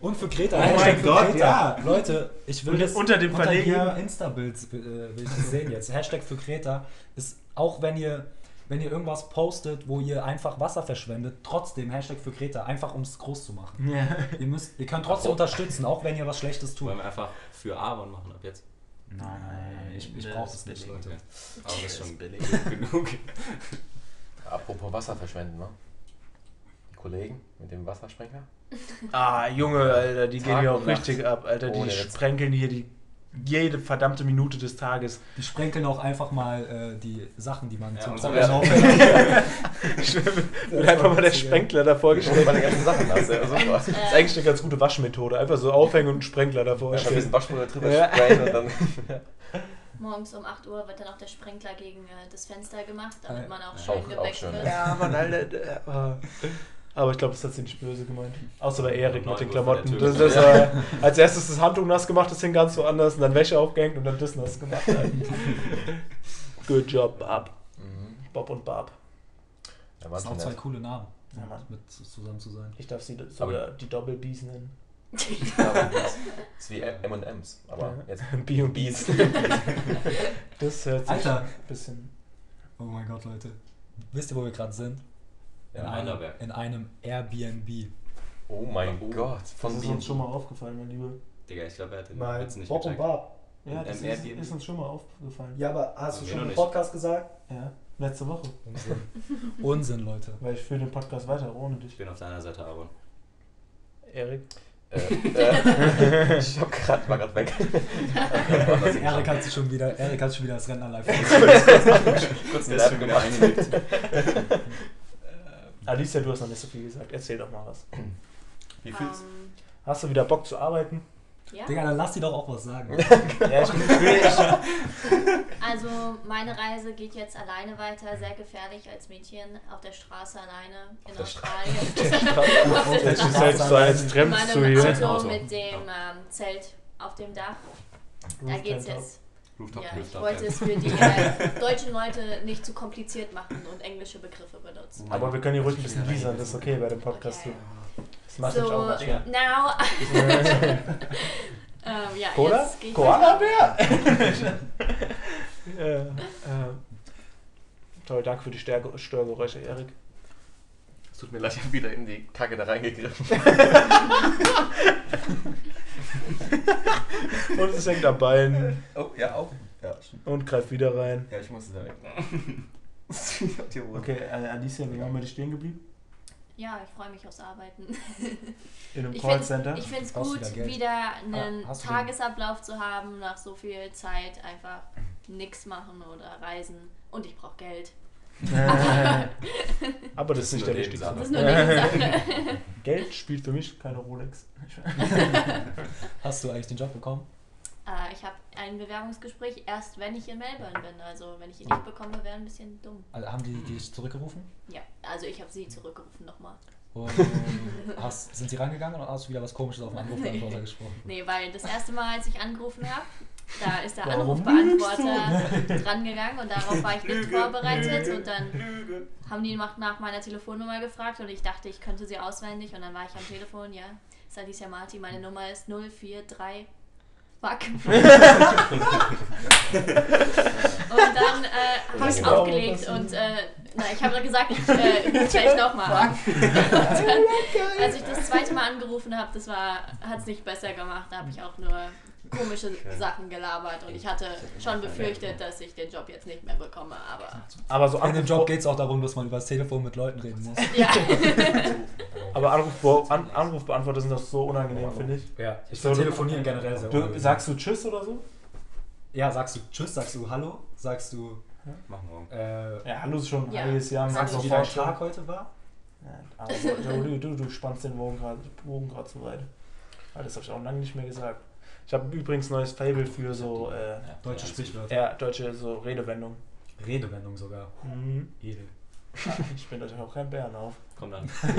Und für Kreta. Oh mein Hashtag für Gott, Kreta. Leute, ich will Und das unter dem unter Verlegen- hier Insta-Bild äh, will ich das sehen jetzt. Hashtag für Kreta ist, auch wenn ihr, wenn ihr irgendwas postet, wo ihr einfach Wasser verschwendet, trotzdem Hashtag für Kreta, einfach um es groß zu machen. Ja. Ihr, müsst, ihr könnt trotzdem unterstützen, auch wenn ihr was Schlechtes tut. Wollen wir einfach für Aaron machen ab jetzt. Nein, ich, ich das brauche das ist nicht, billig. Leute. Okay. Aaron ist schon billig. genug. Apropos Wasser verschwenden, ne? Die Kollegen mit dem Wassersprenger. Ah, Junge, Alter, die Tag gehen hier auch und Nacht. richtig ab, Alter. Die Ohne Witz. sprenkeln hier die jede verdammte Minute des Tages. Die sprenkeln auch einfach mal äh, die Sachen, die man Ja, zum also und Zocken so- kauft. Ich bin Das einfach war mal der witzig, Sprenkler davor Ich gestellt. hole meine ganzen Sachen aus, ja, super. Das ist eigentlich eine ganz gute Waschmethode. Einfach so aufhängen und einen Sprenkler davor Einfach ein bisschen stellen. Waschpulver drüber Ja. sprayen und dann. Morgens um 8 Uhr wird dann auch der Sprenkler gegen äh, das Fenster gemacht, damit Äh, man auch ja, schön auch- auch geweckt schön, wird. ja. Mann, Alter. Aber, aber ich glaube, das hat sie nicht böse gemeint. Außer bei Erik mit den Neun Uhr vor der Klamotten. Tür. Das, das war, als erstes das Handtuch nass gemacht, das hing ganz woanders. Und dann Wäsche aufgehängt und dann das nass gemacht. Alter. Good job, Bob. Mhm. Bob und Bob. Ja, Das sind Wahnsinn, auch zwei ja. coole Namen, Ja, Mann. mit zusammen zu sein. Ich darf sie sogar die Doppel-Bs nennen. ist wie M&M's, aber Ja. jetzt B&Bs. Das hört sich Alter. ein bisschen. Oh mein Gott, Leute. Wisst ihr, wo wir gerade sind? In einem, Heidelberg. in einem Airbnb. Oh mein Oh. Gott, von Das ist Bienen. uns schon mal aufgefallen, mein Lieber. Digga, ich glaube, er hat den Nein, Witz nicht Bob und gecheckt. Bob. Ja, Im das ist, Airbnb. ist uns schon mal aufgefallen. Ja, aber hast du schon im Podcast gesagt? Ja, letzte Woche. Unsinn. Unsinn, Leute. Weil ich führe den Podcast weiter ohne dich. Ich bin auf deiner Seite, Aaron. Erik. Äh, äh, ich hab grad, war grad weg. Erik hat sich schon wieder, Erik hat schon wieder das Rennen live. Kurz Der ein Lab hat wieder eingelegt. Alicia, du hast noch nicht so viel gesagt. Erzähl doch mal was. Wie fühlst Ähm, Hast du wieder Bock zu arbeiten? ja. Digga, dann lass die doch auch was sagen. ja, ich will. Also meine Reise geht jetzt alleine weiter, sehr gefährlich als Mädchen auf der Straße alleine in der Australien. Ich der das ist Straße. halt so als In Trends zu meinem hier. Auto. Auto Auto. mit dem ähm, Zelt auf dem Dach. Da Rooftop. geht's jetzt. Rooftop, Ja, ich Rooftop. wollte es für die äh, deutschen Leute nicht zu kompliziert machen und englische Begriffe benutzen. Aber wir können hier ruhig ein bisschen liefern, das ist okay bei dem Podcast Okay. hier. Das macht so, mich auch was schwer. now. ähm, ja, Cola? jetzt gehe ich Koala-Bär? äh, äh, toll, danke für die Stärke, Störgeräusche, Erik. Es tut mir leid, ich hab wieder in die Kacke da reingegriffen. Und es hängt am Bein Oh, ja, auch. Ja, stimmt. und greift wieder rein. Ja, ich musste da weg. ich hab die Hose. Okay, äh, Alicia, wie waren wir dich stehen geblieben? Ja, ich freue mich aufs Arbeiten. In einem Ich Callcenter? find's- Ich finde es Brauchst du gut, wieder wieder, Geld? einen Ah, hast du den? Tagesablauf zu haben, nach so viel Zeit einfach nichts machen oder reisen. Und ich brauche Geld. Äh, Aber das ist Das ist nicht nur der wichtigste. Nebensache. Das ist nur eine Sache. Geld spielt für mich keine Rolex. Hast du eigentlich den Job bekommen? äh, ich habe ein Bewerbungsgespräch erst, wenn ich in Melbourne bin. Also, wenn ich ihn nicht bekomme, wäre ein bisschen dumm. Also, haben die die dich zurückgerufen? Ja, also ich habe sie zurückgerufen nochmal. Und hast, sind sie rangegangen oder hast du wieder was Komisches auf den Anrufbeantworter gesprochen? Nee, weil das erste Mal, als ich angerufen habe, da ist der Warum Anrufbeantworter drangegangen und darauf war ich nicht vorbereitet und dann haben die nach- nach meiner Telefonnummer gefragt und ich dachte, ich könnte sie auswendig und dann war ich am Telefon, ja, ist Alicia Marti, meine Nummer ist 043 Fuck. und dann äh, habe ich Genau. aufgelegt und äh, na, ich habe gesagt, ich äh, stelle nochmal an. Und dann als ich das zweite Mal angerufen habe, das war, hat es nicht besser gemacht. Da habe ich auch nur komische Sachen gelabert und ich hatte schon befürchtet, dass ich den Job jetzt nicht mehr bekomme, aber Aber so In dem Anruf, Job geht es auch darum, dass man über das Telefon mit Leuten reden muss. ja. aber Anrufbe An Anrufbeantworter sind doch so unangenehm, finde ich. Ja, ich find Telefonieren generell sehr Du, sagst du Tschüss oder so? Ja, sagst du Tschüss, sagst du Hallo, sagst du, Mach morgen. äh, Ja, hallo ist schon ein Ja. heiles Jahr. Magst sagst Sagst du du, wie dein vorstellen? Tag heute war? Ja, aber du, du, du, du spannst den Bogen gerade Bogen gerade zu weit. Ah, das habe ich auch lange nicht mehr gesagt. Ich habe übrigens ein neues Fable für so äh, Ja, Deutsche ja, Sprichwörter. ja, deutsche so Redewendung. Redewendung sogar. Mhm. Edel. Ich bin euch auch kein Bären auf. Komm dann. dann.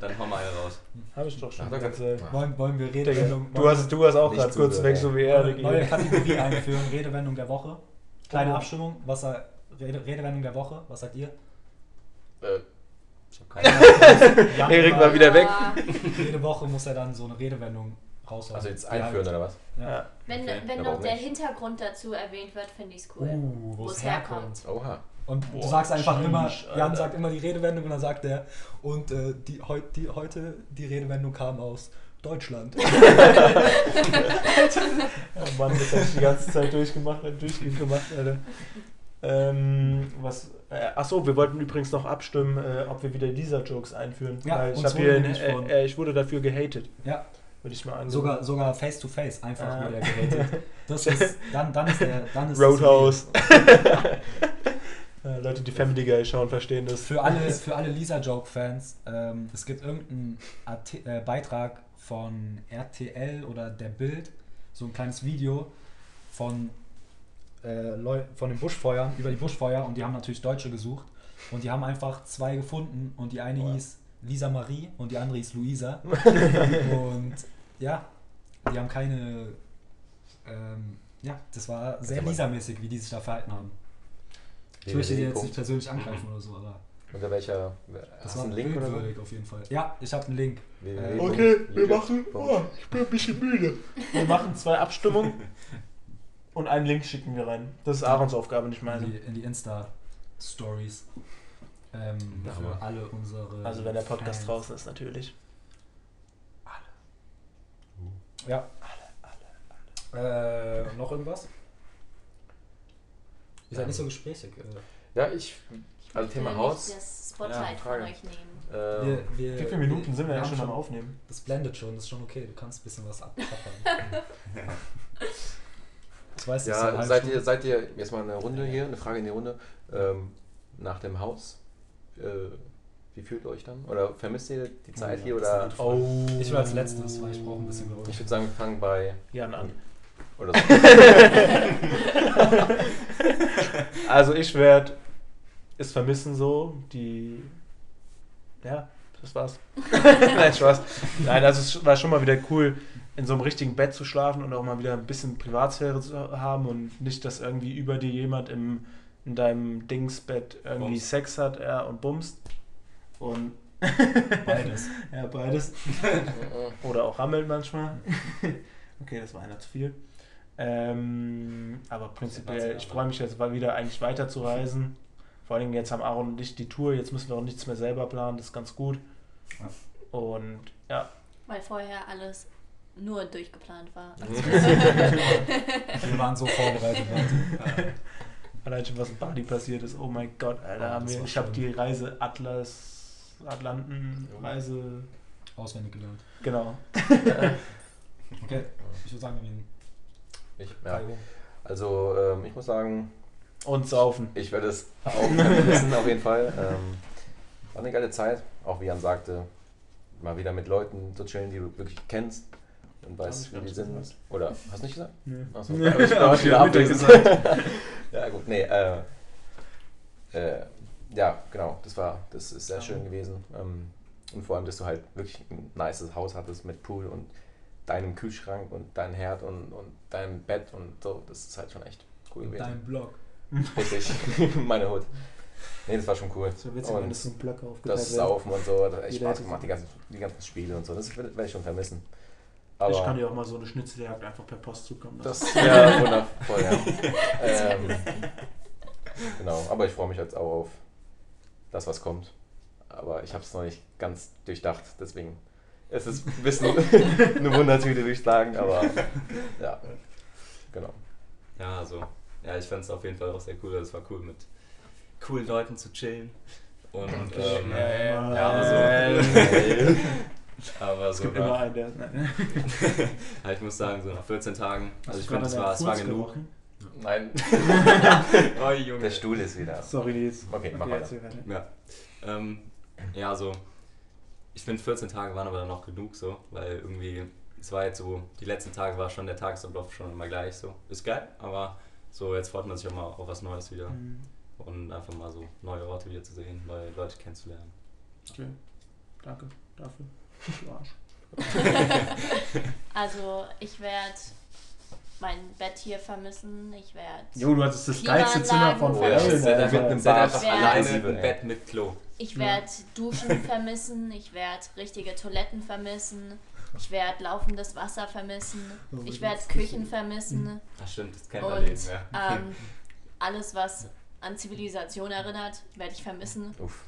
Dann hau mal eine raus. Habe ich doch schon. Ach, danke. ganz, äh, Wollen, wollen wir Redewendung. du, hast, du hast auch Nicht gerade kurz zu, weg, äh, so wie wollen er. wir neue Kategorie einführen, Redewendung der Woche. Kleine Oh. Abstimmung, was er, Rede, Redewendung der Woche, was sagt ihr? Äh, Ich habe keine Ahnung. Jan Erik immer- war wieder weg. Ah, Jede Woche muss er dann so eine Redewendung raushauen. Also jetzt einführen oder was? Ja. Wenn, Okay, wenn aber noch auch der nicht. Hintergrund dazu erwähnt wird, finde ich es cool. Uh, wo Wo es es herkommt. Oha. Und Boah, du sagst einfach Change, immer, Jan Alter. sagt immer die Redewendung und dann sagt er, und äh, die, heu, die, heute die Redewendung kam aus Deutschland. Oh Mann, das hab ich die ganze Zeit durchgemacht und durchgemacht, Alter. Ähm, was. Äh, achso, wir wollten übrigens noch abstimmen, äh, ob wir wieder dieser Jokes einführen. Ja, weil ich, uns hab wurde hier, nämlich äh, von- äh, ich wurde dafür gehatet, ja, würde ich mal angeben. sogar, sogar face to face einfach Ah. wurde er gehatet. Das ist, dann, dann ist der, dann ist das Roadhouse. äh, Leute, die Family Guy schauen, verstehen das. Für alle, für alle Lisa-Joke-Fans, ähm, es gibt irgendeinen Art- äh, Beitrag von RTL oder der Bild, so ein kleines Video von, äh, Leu von den Buschfeuern, über die Buschfeuer und die haben natürlich Deutsche gesucht und die haben einfach zwei gefunden und die eine hieß Lisa Marie und die andere hieß Luisa und ja, die haben keine, ähm, ja, das war sehr aber- Lisa-mäßig, wie die sich da verhalten haben. Ich möchte die jetzt nicht persönlich angreifen oder so, aber... Unter welcher. Das hast war du einen Link oder so? bildwürdig auf jeden Fall. Ja, ich äh, habe einen Link. www. Okay, wir YouTube. machen. Oh, ich bin ein bisschen müde. Wir machen zwei Abstimmungen und einen Link schicken wir rein. Das ist Aarons Aufgabe, nicht in, die, meine. in die Insta-Stories. Ähm, Ja, für aber- alle unsere. Also wenn der Podcast Fans. draußen ist, natürlich. Ja. Äh, noch irgendwas? Ihr seid Ähm. nicht so gesprächig. Äh, Ja, ich. Ich Also möchte Thema nicht Haus. Das Ja, Spotlight Frage. von euch nehmen. Äh, wir, Wie viele Minuten sind wir ja haben schon am Aufnehmen? Das blendet schon, das ist schon okay. Du kannst ein bisschen was abklappern. ich weiß nicht, so eine ja, halbe seid Stunde- ihr, seid ihr. Jetzt mal eine Runde hier, eine Frage in die Runde. Ähm, nach dem Haus. Äh, wie fühlt ihr euch dann? Oder vermisst ihr die Zeit ja, hier? das ist eine Oder. gute Frage. Oh. Ich will als letztes, weil ich brauche ein bisschen Geräusch. Ich würde sagen, wir fangen bei. Jan an. Oder so. Also ich werde es vermissen so, die... Ja, das war's. Nein, Spaß. Nein, also es war schon mal wieder cool, in so einem richtigen Bett zu schlafen und auch mal wieder ein bisschen Privatsphäre zu haben und nicht, dass irgendwie über dir jemand im, in deinem Dingsbett irgendwie Bumst. Sex hat ja, und bumst. Und Beides. ja, beides. Oder auch rammelt manchmal. okay, das war einer zu viel. Ähm, aber prinzipiell, ich freue mich jetzt mal wieder eigentlich weiterzureisen. Vor allen Dingen jetzt haben Aaron und ich die Tour, jetzt müssen wir auch nichts mehr selber planen, das ist ganz gut. Und ja, Weil vorher alles nur durchgeplant war. Wir waren so vorbereitet. Leute. allein schon was in Bali passiert ist, oh mein Gott, Alter, Oh, haben das wir, war ich habe schön. die Reise Atlas, Atlanten, Reise, Auswendig gelernt. genau. Okay, ich würde sagen, wir gehen. Ich, ja. Also, ähm, ich muss sagen, Und saufen. ich werde es auch wissen, auf jeden Fall. Ähm, war eine geile Zeit, auch wie Jan sagte, mal wieder mit Leuten zu chillen, die du wirklich kennst und weißt, ich wie gar die nicht sind. gesagt. Oder hast du nicht gesagt? Nee. Achso, Nee, ich hab war ich wieder ja Mittag abwesend. ja, gut, nee. Äh, äh, ja, genau, das war, das ist sehr schön gewesen. Ähm, und vor allem, dass du halt wirklich ein nices Haus hattest mit Pool und deinem Kühlschrank und deinem Herd und, und deinem Bett und so. Das ist halt schon echt cool gewesen. Dein Blog. Richtig, meine Hut. Nee, das war schon cool. Das wäre witzig, wenn und das so ein Block aufgeteilt das wäre. Saufen und so, das hat echt Jeder Spaß hätte gemacht, die ganzen, die ganzen Spiele und so. Das werde ich schon vermissen. ich kann Aber dir auch mal so eine Schnitzeljagd einfach per Post zukommen lassen. das wäre wundervoll, ja. ähm, genau, aber ich freue mich jetzt auch auf das, was kommt. Aber ich habe es noch nicht ganz durchdacht, deswegen es ist ein bisschen eine Wundertüte, würde ich sagen, aber ja, genau. Ja, also, ja, ich fand es auf jeden Fall auch sehr cool. Also, Es war cool, mit coolen Leuten zu chillen. Und, ähm, ja, aber so. aber so, also, Gibt immer nach, einen, der. Nein. ja, ich muss sagen, so nach 14 Tagen, also ich Gerade finde, es der war, es war Furz genug. gerochen. Nein, Oh, Junge. der Stuhl ist wieder. Sorry, Nils. Okay, mach weiter. erzähl weiter. Ja. Ähm, ja, also ich finde 14 Tage waren aber dann auch genug so, weil irgendwie, es war jetzt so, die letzten Tage war schon der Tagesablauf schon immer gleich so. Ist geil, aber so jetzt freut man sich auch mal auf was Neues wieder Mhm. und einfach mal so neue Orte wieder zu sehen, neue Leute kennenzulernen. Okay. Danke dafür. Du Arsch. Also ich werde mein Bett hier vermissen. Ich werde. Jo, du hattest das geilste Zimmer von Oh, Oh, ja. ja. Verhellen. Seid einfach, Alter. seid einfach Ja. alleine Ja. im Bett mit Klo. Ich werde Duschen vermissen, ich werde richtige Toiletten vermissen, ich werde laufendes Wasser vermissen, Oh, das ich werde ist hm. Küchen vermissen Das stimmt, das kennt man und nicht mehr. ähm, alles, was an Zivilisation erinnert, werde ich vermissen. Uff.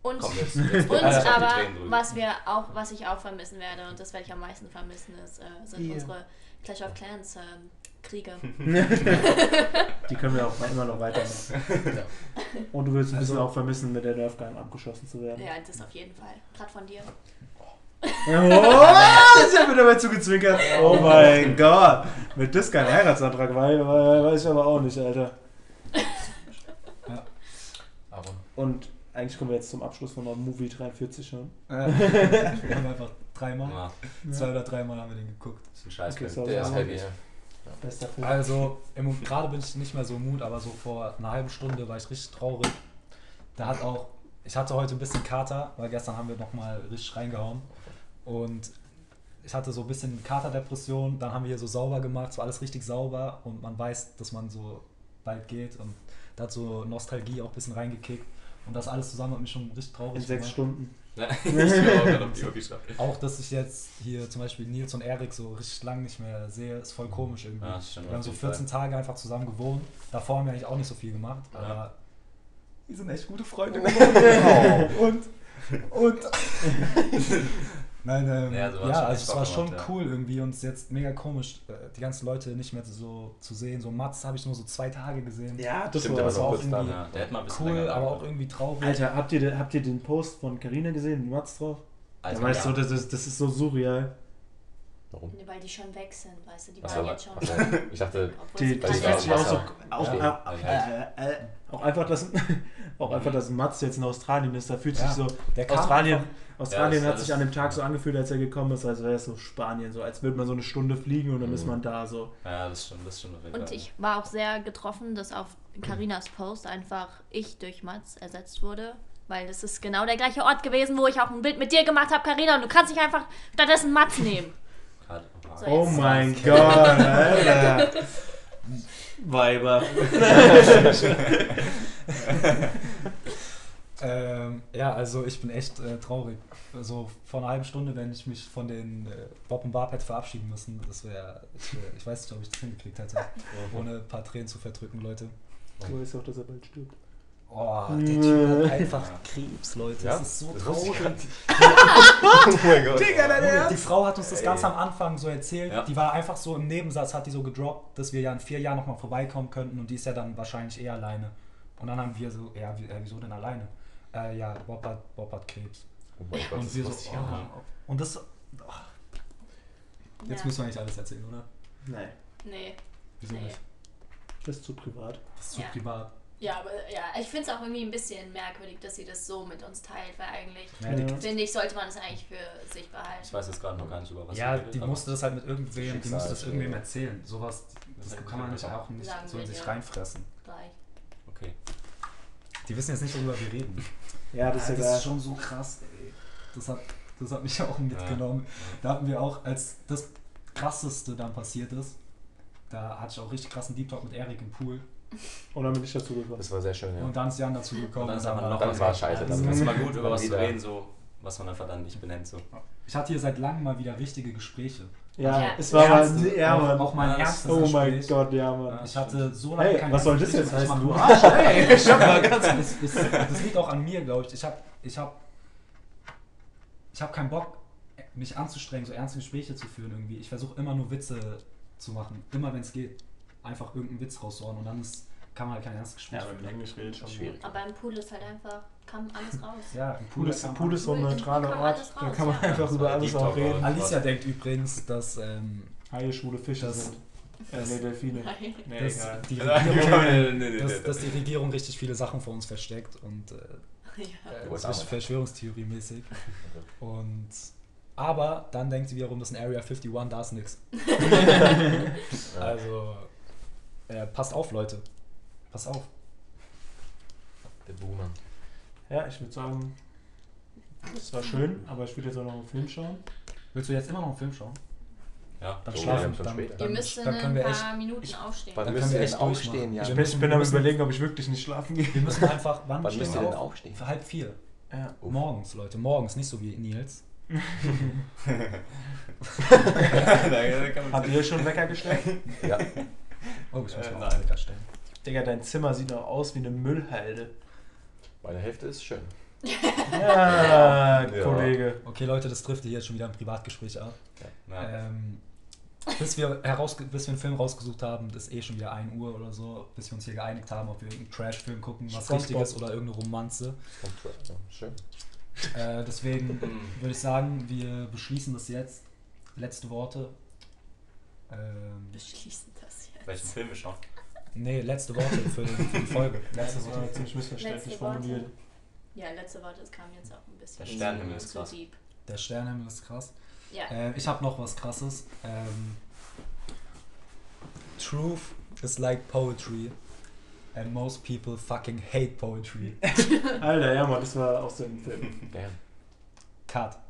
Und, Komm, jetzt, jetzt und lass uns auf die aber Tränen drücken. was wir auch, was ich auch vermissen werde und das werde ich am meisten vermissen, ist, äh, sind Hier. unsere Clash of Clans ähm, Kriege. Die können wir auch immer noch weitermachen. Ja. Und du würdest ein bisschen Also- auch vermissen, mit der Nerfgun abgeschossen zu werden. Ja, das auf jeden Fall. Gerade von dir. ne, Oh, jetzt haben wir dabei zugezwinkert. Oh mein Gott. Mit das kein Heiratsantrag, weil, weil weiß ich aber auch nicht, Alter. Aber Und eigentlich kommen wir jetzt zum Abschluss von der Movie ne? 43 schon. Wir haben einfach dreimal, Ja, zwei oder dreimal haben wir den geguckt. ist ein scheiß Okay, Film. sorry. der ist heavy. Ja. Ja. Bester Film. Also, im Moment- gerade bin ich nicht mehr so im Mut, aber so vor einer halben Stunde war ich richtig traurig. Da hat auch, ich hatte heute ein bisschen Kater, weil gestern haben wir nochmal richtig reingehauen. Und ich hatte so ein bisschen Katerdepression, dann haben wir hier so sauber gemacht, es war alles richtig sauber und man weiß, dass man so bald geht und da hat so Nostalgie auch ein bisschen reingekickt. Und das alles zusammen hat mich schon richtig traurig In sechs gemacht. Stunden. Ja, ich bin auch gerade auf die Uhr geschaut. Auch, dass ich jetzt hier zum Beispiel Nils und Erik so richtig lang nicht mehr sehe, ist voll komisch irgendwie. Ja, das stimmt, wir haben auf so jeden 14 Tage einfach zusammen gewohnt. Davor haben wir eigentlich auch nicht so viel gemacht, Ja. aber wir sind echt gute Freunde geworden. und, und. Nein, ähm, Ja, ja, so war's schon echt also es war Bock schon gemacht, ja. cool irgendwie und es ist jetzt mega komisch, äh, die ganzen Leute nicht mehr so zu sehen. So Mats habe ich nur so zwei Tage gesehen. Ja, das Stimmt, war aber das so war kurz auch dann. irgendwie Ja. Der hätte mal ein bisschen Cool, länger aber dauern auch können. irgendwie traurig. Alter, habt ihr, habt ihr den Post von Carina gesehen? Mats drauf? Da Alter, Also, weißt Also, ja. du, das ist, das ist so surreal. Warum? Weil die schon weg sind, weißt du, die Ach so, waren jetzt schon. okay. Ich dachte, Die, Das das ist lässt sich auch auch so. Wasser. Auch, Ja. auch, äh, äh, auch einfach, dass, auch einfach, dass Mats jetzt in Australien ist. Da fühlt sich Ja, so. der kam Australien, einfach- Australien Ja, das- hat sich das- an dem Tag so angefühlt, als er gekommen ist, als wäre es so Spanien. So, als würde man so eine Stunde fliegen und dann ist man da. So. Ja, das stimmt, das stimmt. auf jeden Und Fall. ich war auch sehr getroffen, dass auf Karinas Post einfach ich durch Mats ersetzt wurde. Weil das ist genau der gleiche Ort gewesen, wo ich auch ein Bild mit dir gemacht habe, Karina. Und du kannst nicht einfach stattdessen Mats nehmen. Gerade- So, Oh jetzt- mein Gott, Alter. Weiber. Ähm, ja, also ich bin echt äh, traurig. Also vor einer halben Stunde, wenn ich mich von den äh, Bob und Barb hätte verabschieden müssen, das wäre, ich, wär, ich weiß nicht, ob ich das hingekriegt hätte, ohne ein paar Tränen zu verdrücken, Leute. Du weißt auch, dass er bald stirbt. Oh, Nee. der Typ hat einfach Krebs, Leute. Ja, Das ist so das wusste ich traurig. gar Oh mein Gott. Junge, Die Frau hat uns das ganz am Anfang so erzählt. Ja. Die war einfach so im Nebensatz, hat die so gedroppt, dass wir ja in vier Jahren nochmal vorbeikommen könnten und die ist ja dann wahrscheinlich eh alleine. Und dann haben wir so, ja, wie- äh, wieso denn alleine? Äh, ja, Bob hat, Bob hat Krebs. Oh mein Gott, Und das wir wusste so, ich gar nicht. oh. Und das. Oh. Jetzt Ja. müssen wir nicht alles erzählen, oder? Nein, Nee. Wieso Nee. nicht? das ist zu privat. Das ist so Ja. privat. Ja, aber ja, ich finde es auch irgendwie ein bisschen merkwürdig, dass sie das so mit uns teilt, weil eigentlich, Ja, die, finde ich, sollte man es eigentlich für sich Ich behalten. weiß jetzt gerade noch gar nicht, über was ja, ihr redet, die aber- äh, musste das halt mit irgendwem, die Schicksal, musste das irgendwem ja. erzählen. Sowas, das halt kann man nicht auch nicht Sagen so wir in sich dir. reinfressen. Gleich. Okay. Die wissen jetzt nicht, worüber wir reden. Ja, das Ah, ist das ja ist schon so krass, ey. Das hat, das hat mich auch mitgenommen. Da hatten wir auch, als das krasseste dann passiert ist, da hatte ich auch richtig krassen Deep Talk mit Erik im Pool. Und Oh, dann bin ich dazu gekommen. Das war sehr schön, ja. Und dann ist Jan dazu Und gekommen. dann ist und einfach noch Dann was- war scheiße, Das dann- ist mal gut, über was zu Wieder. reden, so, was man einfach dann nicht benennt. So. Ich hatte hier seit langem mal wieder richtige Gespräche. Ja, Ja. es war Ernste. mal. Ja, auch, Mann. auch mein Ja, das- erstes Oh mein Gespräch. Gott, ja, Mann. Ich hatte so lange Hey, kein was soll das Gespräch jetzt mit euch heißen? machen. Du Arsch, ey. Ich hab mal ganz. Das, das, das liegt auch an mir, glaube ich. Ich habe ich hab, ich hab keinen Bock, mich anzustrengen, so ernste Gespräche zu führen irgendwie. Ich versuche immer nur Witze zu machen. Immer wenn es geht. Einfach irgendeinen Witz raushauen und dann ist, kann man halt kein ernstes Gespräch führen. Englisch redet schon Schwierig. Aber im Pool ist halt einfach, kam alles raus. Ja, ein Pool cooles ist, Pool ist so ein Pool- neutraler kann man Ort, alles da raus, kann man ja. einfach Das über war alles Deep auch Talk, reden. aber- Alicia denkt übrigens, dass, ähm, Haie, schwule Fische Das- sind. Äh, das- nee, Delfine. Nein. Nee, dass, egal. die Ja, Regierung, nee, nee, nee, dass, nee. dass die Regierung richtig viele Sachen vor uns versteckt und äh, Ja. Äh, Wo ist das Arbeit? ist Verschwörungstheorie-mäßig. Und, aber dann denkt sie wiederum, das ist ein Area 51, da ist nix. also, äh, passt auf, Leute. Passt auf. Der Boomer. Ja, ich würde sagen, es war schön, aber ich würde jetzt auch noch einen Film schauen. Willst du jetzt immer noch einen Film schauen? Ja, Dann So, wir schlafen haben schon dann- später. Ihr dann- müsst in dann können ein wir paar echt- Minuten ich- aufstehen. Wann dann müsst können ihr wir denn echt durchmachen. aufstehen? Ja. Wir Ich bin, ich bin wir am überlegen, ob ich wirklich nicht schlafen gehe. Wir müssen einfach, wann, Wann stehen müsst ihr wir denn auf? aufstehen? Für halb vier. Ja. Uff. Morgens, Leute, morgens, nicht so wie Nils. Habt ihr schon Wecker gestellt? Ja. Oh, ich muss Äh, mal nein. auf Wecker stellen. Digga, dein Zimmer sieht doch aus wie eine Müllhalde. Meine Hälfte ist schön. Ja, Ja. Kollege. Okay, Leute, das trifft hier jetzt schon wieder ein Privatgespräch ab. Nein. Ähm, bis, wir herausge bis wir einen Film rausgesucht haben, das ist eh schon wieder 1 Uhr oder so, bis wir uns hier geeinigt haben, ob wir irgendeinen Trash-Film gucken, was SpongeBob. Richtiges oder irgendeine Romanze. Und, äh, Schön. Äh, deswegen würde ich sagen, wir beschließen das jetzt. Letzte Worte. Ähm, Beschließen das jetzt. Welchen Film wir schauen? nee, letzte Worte für, für die Folge. Letztes Mal ziemlich missverständlich Letzte Worte. formuliert. Ja, letzte Worte, es kam jetzt auch ein bisschen Der Sternenhimmel zu ist krass. deep. Der Sternenhimmel ist krass. Ja, Äh, ich habe noch was Krasses. Ähm, Truth is like poetry. And most people fucking hate poetry. Alter, ja, Mann, das war aus dem Film. Damn. Cut.